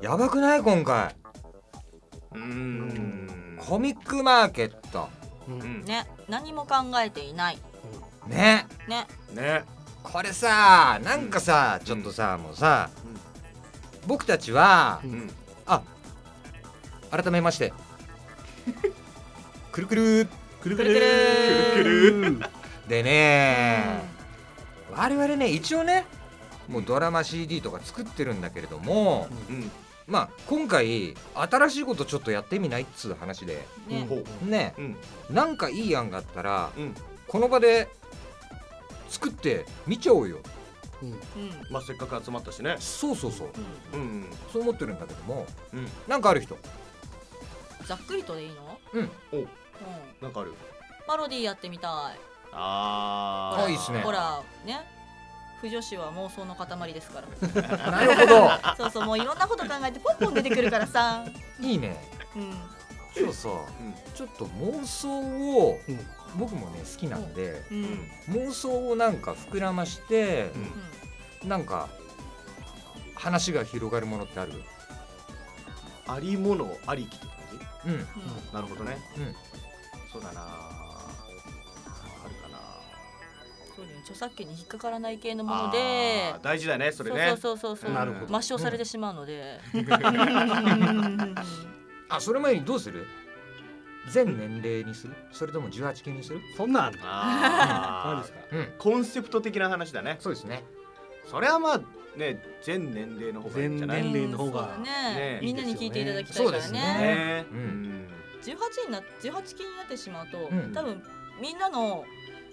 やばくない今回うーんコミックマーケットうんねね何も考えていないねねこれさなんかさちょっとさもうさうん僕たちはうんあ改めましてくるくるくるくるくるくるくるでね我々ね一応ねもうドラマ CD とか作ってるんだけれども、うんまあ今回新しいことちょっとやってみないっつう話でねほうねうんなんかいい案があったらうんこの場で作ってみちゃおうようんまあせっかく集まったしねそうそうそうううんそう思ってるんだけどもうんなんかある人んざっくりとでいいのうんおうんなんかあるパロディやってみたいあほーらあいいっすねほらね不女子は妄想の塊ですからなるほどそうそうもういろんなこと考えてポンポン出てくるからさいいねうん今日さうんちょっと妄想をうん僕もね好きなんでうんうん妄想をなんか膨らましてうんなんか話が広がるものってあるありものありきって感うんうじなるほどねうんそうだなあるかなんそうだよね著作権に引っかからない系のもあのでー大事だねそれねそうそうそうそうなるほど抹消されてしまうので、あそれ前にどうする全年齢にするそれとも18禁にするそんなんあんの 何あですかーうんコンセプト的な話だねそうですねそれはまあね全年齢の方がいいんじゃない全ね年齢の方がうんそうだねねみんなに聞いていただきたいかそらうですねねえうん18にな18禁になってしまうと、うん多分みんなの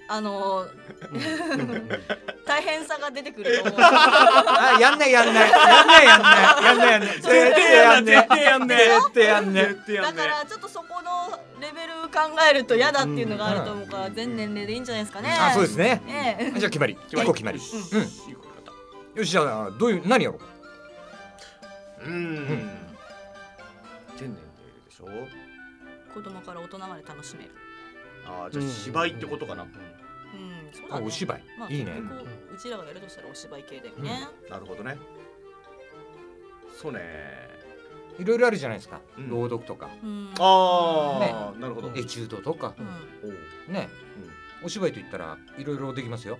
あのー大変さが出てくると思うあやんないやんないやんないやんないやんない やんない絶対やんね絶対やんね絶対やんね絶対やだんかねらちょっとそこのレベル考えると嫌だっていうのがあると思うから、全年齢でいいんじゃないですかね。あそうですねねえじゃあ決まり決ま一り個決まりよしうんいいことだよしじゃあどういう何やろううん全年齢でしょ子供から大人まで楽しめる。あーじゃあ芝居ってことかなうん、そうだあね。お芝居まあ、いいね結局うちらがやるとしたらお芝居系だよね。なるほどねそうねいろいろあるじゃないですかうん朗読とかうん。ああなるほどエチュードとかうん。おうねうんお芝居といったらいろいろできますよ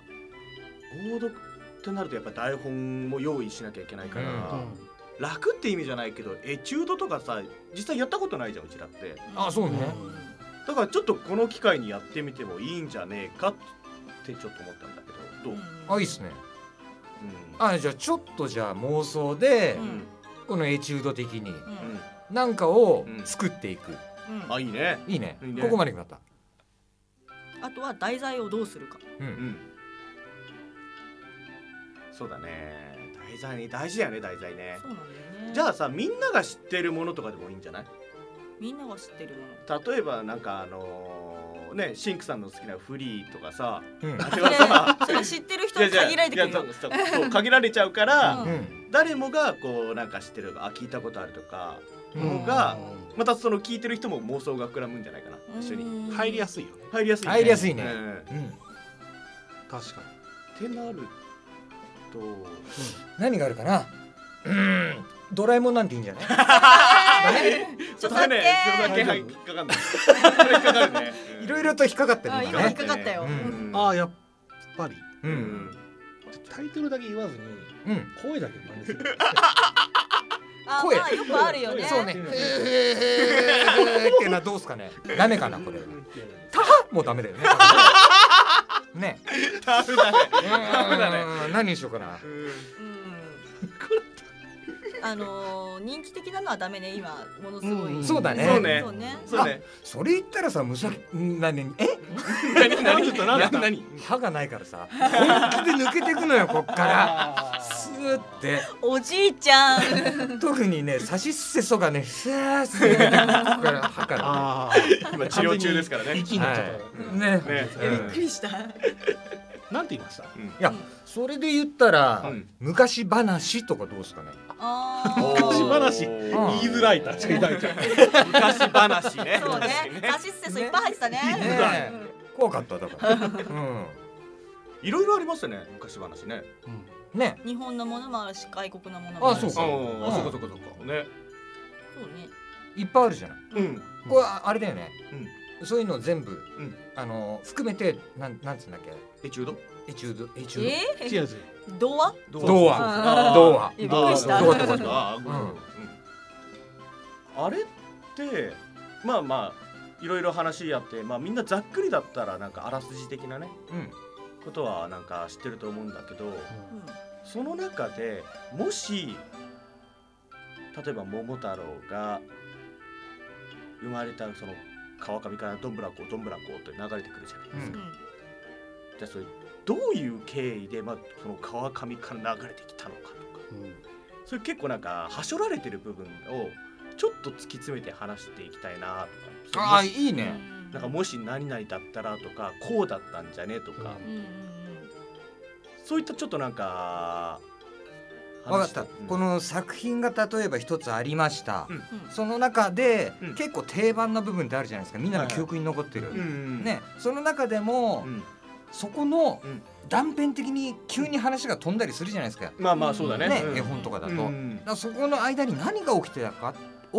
朗読ってなるとやっぱ台本も用意しなきゃいけないから、うん楽って意味じゃないけどエチュードとかさ実際やったことないじゃんうちらってあそうねだからちょっとこの機会にやってみてもいいんじゃねえかってちょっと思ったんだけどどう、うんあいいっすねあじゃあちょっとじゃあ妄想でうんこのエチュード的にうん。うん。なんかをうん作っていくうんあいいねいいねいいねここまで決まったあとは題材をどうするか。ううんんそうだね題材ね大事だよね題材ねそうなんだよね。じゃあさみんなが知ってるものとかでもいいんじゃないみんなが知ってるもの。例えばなんかあのーねシンクさんの好きなフリーとかさうんあれそはれさ それ知ってる人に限られてくるよいや。そうそうそう限られちゃうから、ううんん誰もがこうなんか知ってるあ聞いたことあるとかうんのがまたその聞いてる人も妄想が膨らむんじゃないかな一緒にに入りやい。すいよね入りやすい、入りやすいねううんん確かってなると何があるかなうんドラえもんなんていいんじゃないだ ね著それ作ねそれ権。だけはい引っかかんないそれ引っかかるね いろいろと引っかかってある今今引っねかかったよ。ううんんにああやっぱりううんんタイトルだけ言わずにうん声だけ真似するあ声まあよくあるよね。そうねってなどうすかねダメかなこれもうダメだよ ねねダメだねだねうん何にしようかなうん。あのー人気的なのはダメね今ものすごい、うんそうだねそうねそうねそうねそれ言ったらさむさ何え何何何何何何歯がないからさ本気で抜けていくのよこっからあスーっておじいちゃん特にね差しすせそがねスーッて抜けていくこっから歯かあ今治療中ですからね息になっちゃっらねねねうんびっくりしたたなんて言いましたいやそれで言ったら、うん昔話とかどうですかねあおー昔話う言んいづらい確かに大ちゃん昔話ねそうね昔ね差し捨てそういっぱい入ってたねねうん怖かっただ から、うん、いろいろありますよね昔話ねうんね日本のものもあるし外国のものもあるしあそうかああそうんっかそっかそっかねそうねいっぱいあるじゃないうんこれああれだよね、そういうの全部、んあの含めてなんなんつうんだっけエチュードエチュードエチューえ違う違う。ー、童話ど童話あー童話えびっくりした童話童ああごめんうんうんあれってまあまあいろいろ話やって、まあ、みんなざっくりだったらなんかあらすじ的なねド、うん、ことはなんか知ってると思うんだけどうんその中でもし例えば桃太郎が生まれたその川上からどんぶらこどんぶらこって流れてくるじゃないですか、うんじゃあそれどういう経緯で、まあ、その川上から流れてきたのかとかそれ結構なんかはしょられてる部分をちょっと突き詰めて話していきたいなとあかあもしいいうんね、なんかもし何々だったらとかこうだったんじゃねとか、うんうんうんそういったちょっとなんかわかった、うんこの作品が例えば一つありました、うんうんその中で、うん結構定番な部分ってあるじゃないですかみんなの記憶に残ってる、うんね、その中でも、うんそこのうん断片的に急に話が飛んだりするじゃないですか、まあまあそうだねね、うん絵本とかだと、うだかんらそこの間に何が起きてたか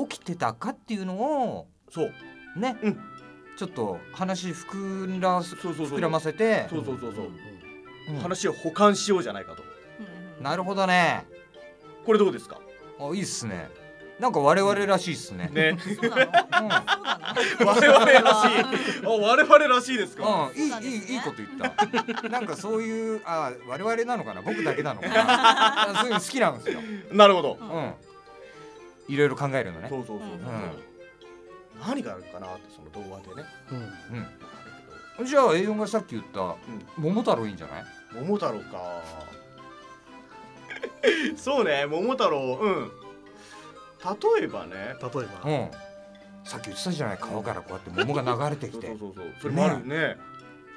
起きてたかっていうのをそうね、うんちょっと話膨らすそうそうそう膨らませてそうそうそうそう、うん話を保管しようじゃないかとうんうんなるほどねこれどうですかあいいっすねなんか我々らしいっすね、ねそうなのうんそうなの 我々らしいあ我々らしいですかうん、いいそうなんでいすいねいいこと言った。なんかそういうあ我々なのかな僕だけなのかな あそういうの好きなんですよ。なるほどううん。いろいろ考えるのね。そうそうそうそう、うん何があるかなってその動画でねうん。じゃあ A4 がさっき言った桃太郎いいんじゃない？桃太郎か そうね桃太郎うん例えばね例えば、うん。さっき言ってたじゃない川からこうやって桃が流れてそきうそてうそうそうそれもあるね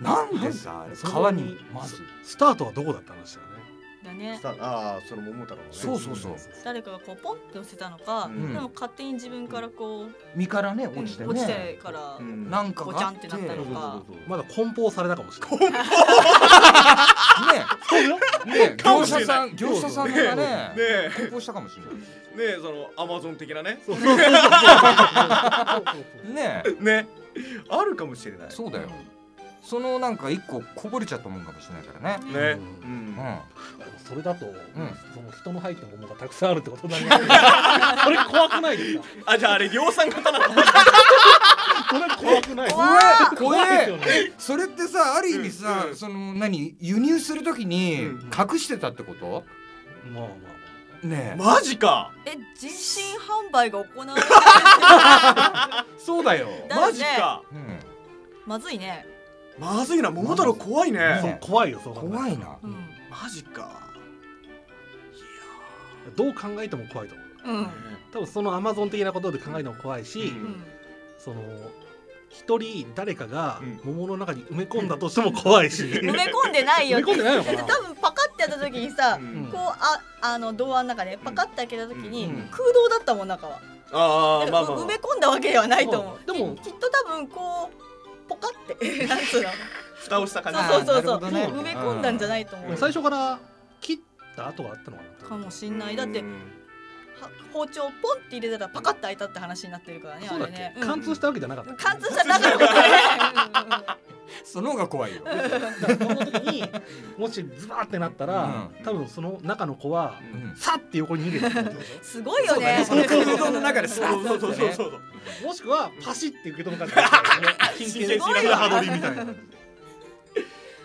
なんでさあれ川にまずスタートはどこだったんですよね。だねスタああその桃太郎のねそうそうそう誰かがこうポンって寄せたのか、うんでも勝手に自分からこう身からね落ちてね。落ちてから、うんなんかごがちあゃっんてってねなったそのうそうかそうそうまだ梱包されたかもしれない。ねか業もし者れさなん業者さんがねねえ梱包したかもしれない。ねえそのアマゾン的なねそうそうそうそう。ね ねあるかもしれないそうだよ。そのなんか一個こぼれちゃったもんかもしれないからね。ねううんうそれだと、んその人の入った桃がたくさんあるってことになります。 それ怖くないですか？あじゃああれ量産型なのそれ怖くない。怖い怖いですよね。ん。それってさある意味さ、うんその何輸入するときにうん隠してたってこと？まあまあねえ、 マジかえ人身販売が行われてそうだよ。だよねマジかうん、まずいね、まずいな桃太郎怖いまねあ。そうね怖いよそう考えたら怖いな。うんマジかどう考えても怖いと思ううん多分そのアマゾン的なことで考えても怖いし、うんうんその一人誰かがうん桃の中に埋め込んだとしても怖 いし、埋埋め込んでないよめ込んでないのか多な分パカってやった時にさ、うんこうああの童話の中でパカって開けた時に、うん空洞だったもん中は、あだあからまあまあ埋め込んだわけではないと思う、うんでもききっと多分こうポカって なんつうの蓋をした感じそうそうそうあーなるほどね埋め込んだんじゃないとう思でうも最初から切った跡があったのかなかもしんないだっては包丁をポンって入れたらパカッて開いたって話になってるからねそうあだれっねけ、貫通したわけじゃなかっうんた貫通したらなかったねその方が怖いよ。だからその時にもしズバーってなったら、うん多分その中の子はううんん。さって横に逃げると 思うんですよすごいよねそうだねその空洞の中でそさうそうそうそうそうもしくはパシッて受け止めたら真真剣剣に白すごい髪わハドリみたいな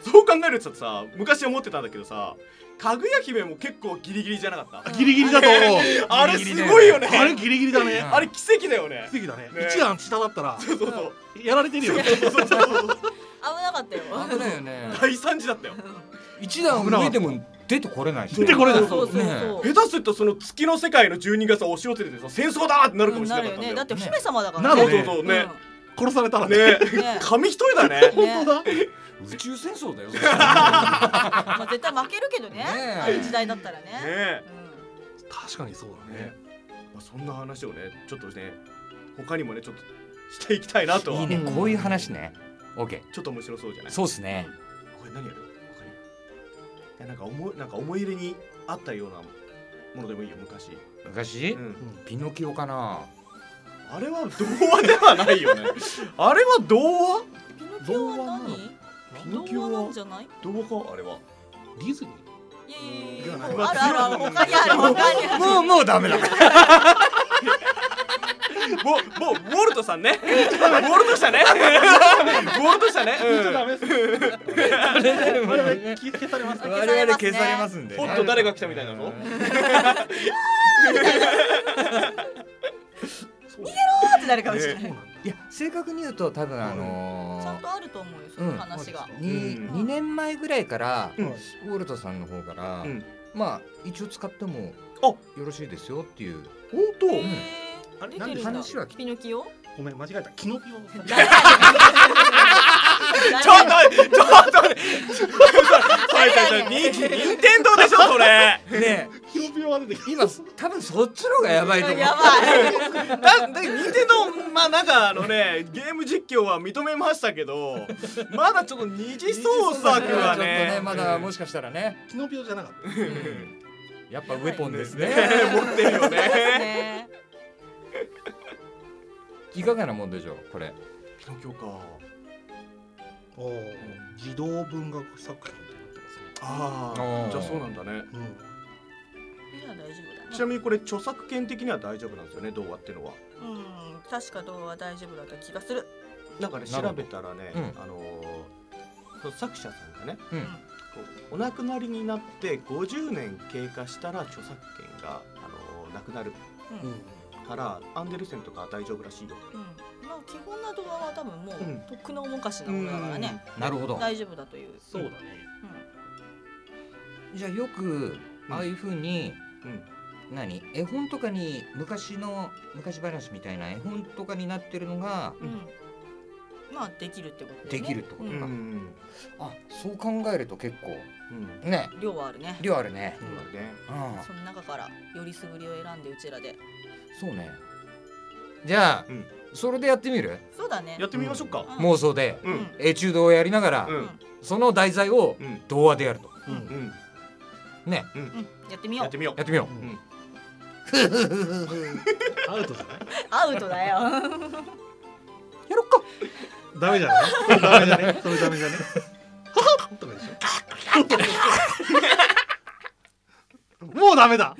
そう考えるとさ昔思ってたんだけどさかぐや姫も結構ギリギリじゃなかったギリギリだと思う あれすごいよねあれギリギリだねあれ奇跡だよね奇跡だねね一段下だったらそうそうそうやられてるよそうそうそうそう危なかったよ危ないよね。大惨事だったよ一段上でも出てこれないし、ね。出てこれないそうそうそうそう下手するとその月の世界の12月押し寄せててさ戦争だーってなるかもしれなかったうんなるよんだよねだって姫様だからなそるうねそうそうね殺されたらねねね紙一重 だねね本当だ宇宙戦争だよ。まあ絶対負けるけどねねえあの時代だったらねねう確かにそうだねねまあそんな話をねちょっとね他にもねちょっとしていきたいなとはいいねこういう話ね。オッケちょっと面白そうじゃなー。いそうですね。これ何やるわかるいやなんか思いなんか思い入れにあったようなものでもいいよ昔、昔、うん、ピノキオかなあれは童話ではないよねあれは童話ピノキオは何ピノキ童オ話なはんじゃない童話かあれはディズニーいやいやいではやないあるあるある他にある他にある もうも うダメだ。もうもうウォルトさんねウォルトしたねウォルトしたね、ちょっとダうメですね我々消され ます我々消されますんでん、ほっと誰が来たみたいなのあーってなるかもしれない、いや正確に言うと多分あちゃのんとあると思うよその話が、ー、にうん二年前ぐらいから、うんウォルトさんの方から、うんまあ一応使ってもあよろしいですよっていう本当へあーれ出なんでてるんだ話は聞いピノキオごめん間違えたキノピオちょっ誰とちょっとねそれそれそれ任天堂でしょそれねキノピオは出てきた今多分そっちの方がやばいと思うやばいだだ 任天堂まあなんかあのねゲーム実況は認めましたけどまだちょっと二次創作ちょっはとねねまだもしかしたらね、キノピオじゃなかったやっぱウェポンですねね持ってるよねねいかがなもんでしょうこれピノキオかおー児童文学作品ってなってますねあああーじゃあそうなんだねうんみんな大丈夫だなちなみにこれ著作権的には大丈夫なんですよね動画っていうのはうん、確か童話大丈夫だった気がする。なんかねな調るほどべたらね、うんあのーその作者さんがねうんこうお亡くなりになって50年経過したら著作権が、あのーなくなるう、うんんからアンデルセンとかは大丈夫らしいよまあ基本な童話は多分もう、うんとっくの昔のものだからね、なるほど大丈夫だという。そうだねうじゃあよくああいうふうに、うん何絵本とかに昔の昔話みたいな絵本とかになってるのがん、うん、まあできるってことだよね。できるってことうか、んあそう考えると結構うんねうん量はあるね。量あるね、そうだねうん、その中からよりすぐりを選んでうちらで。そうねじゃあ、うんそれでやってみるそうだねや。ってみましょうかうん妄想でううんん、エチュードをやりながら、ううんん、その題材をうん童話でやるとうんうん、ねうん、やってみよやっうて。みよやってみようう、んうんふふふふふアウトじゃないアウトだやよ。ろっかダメじゃないダメじゃないそれダメじゃないはっとかでしょもうダメだ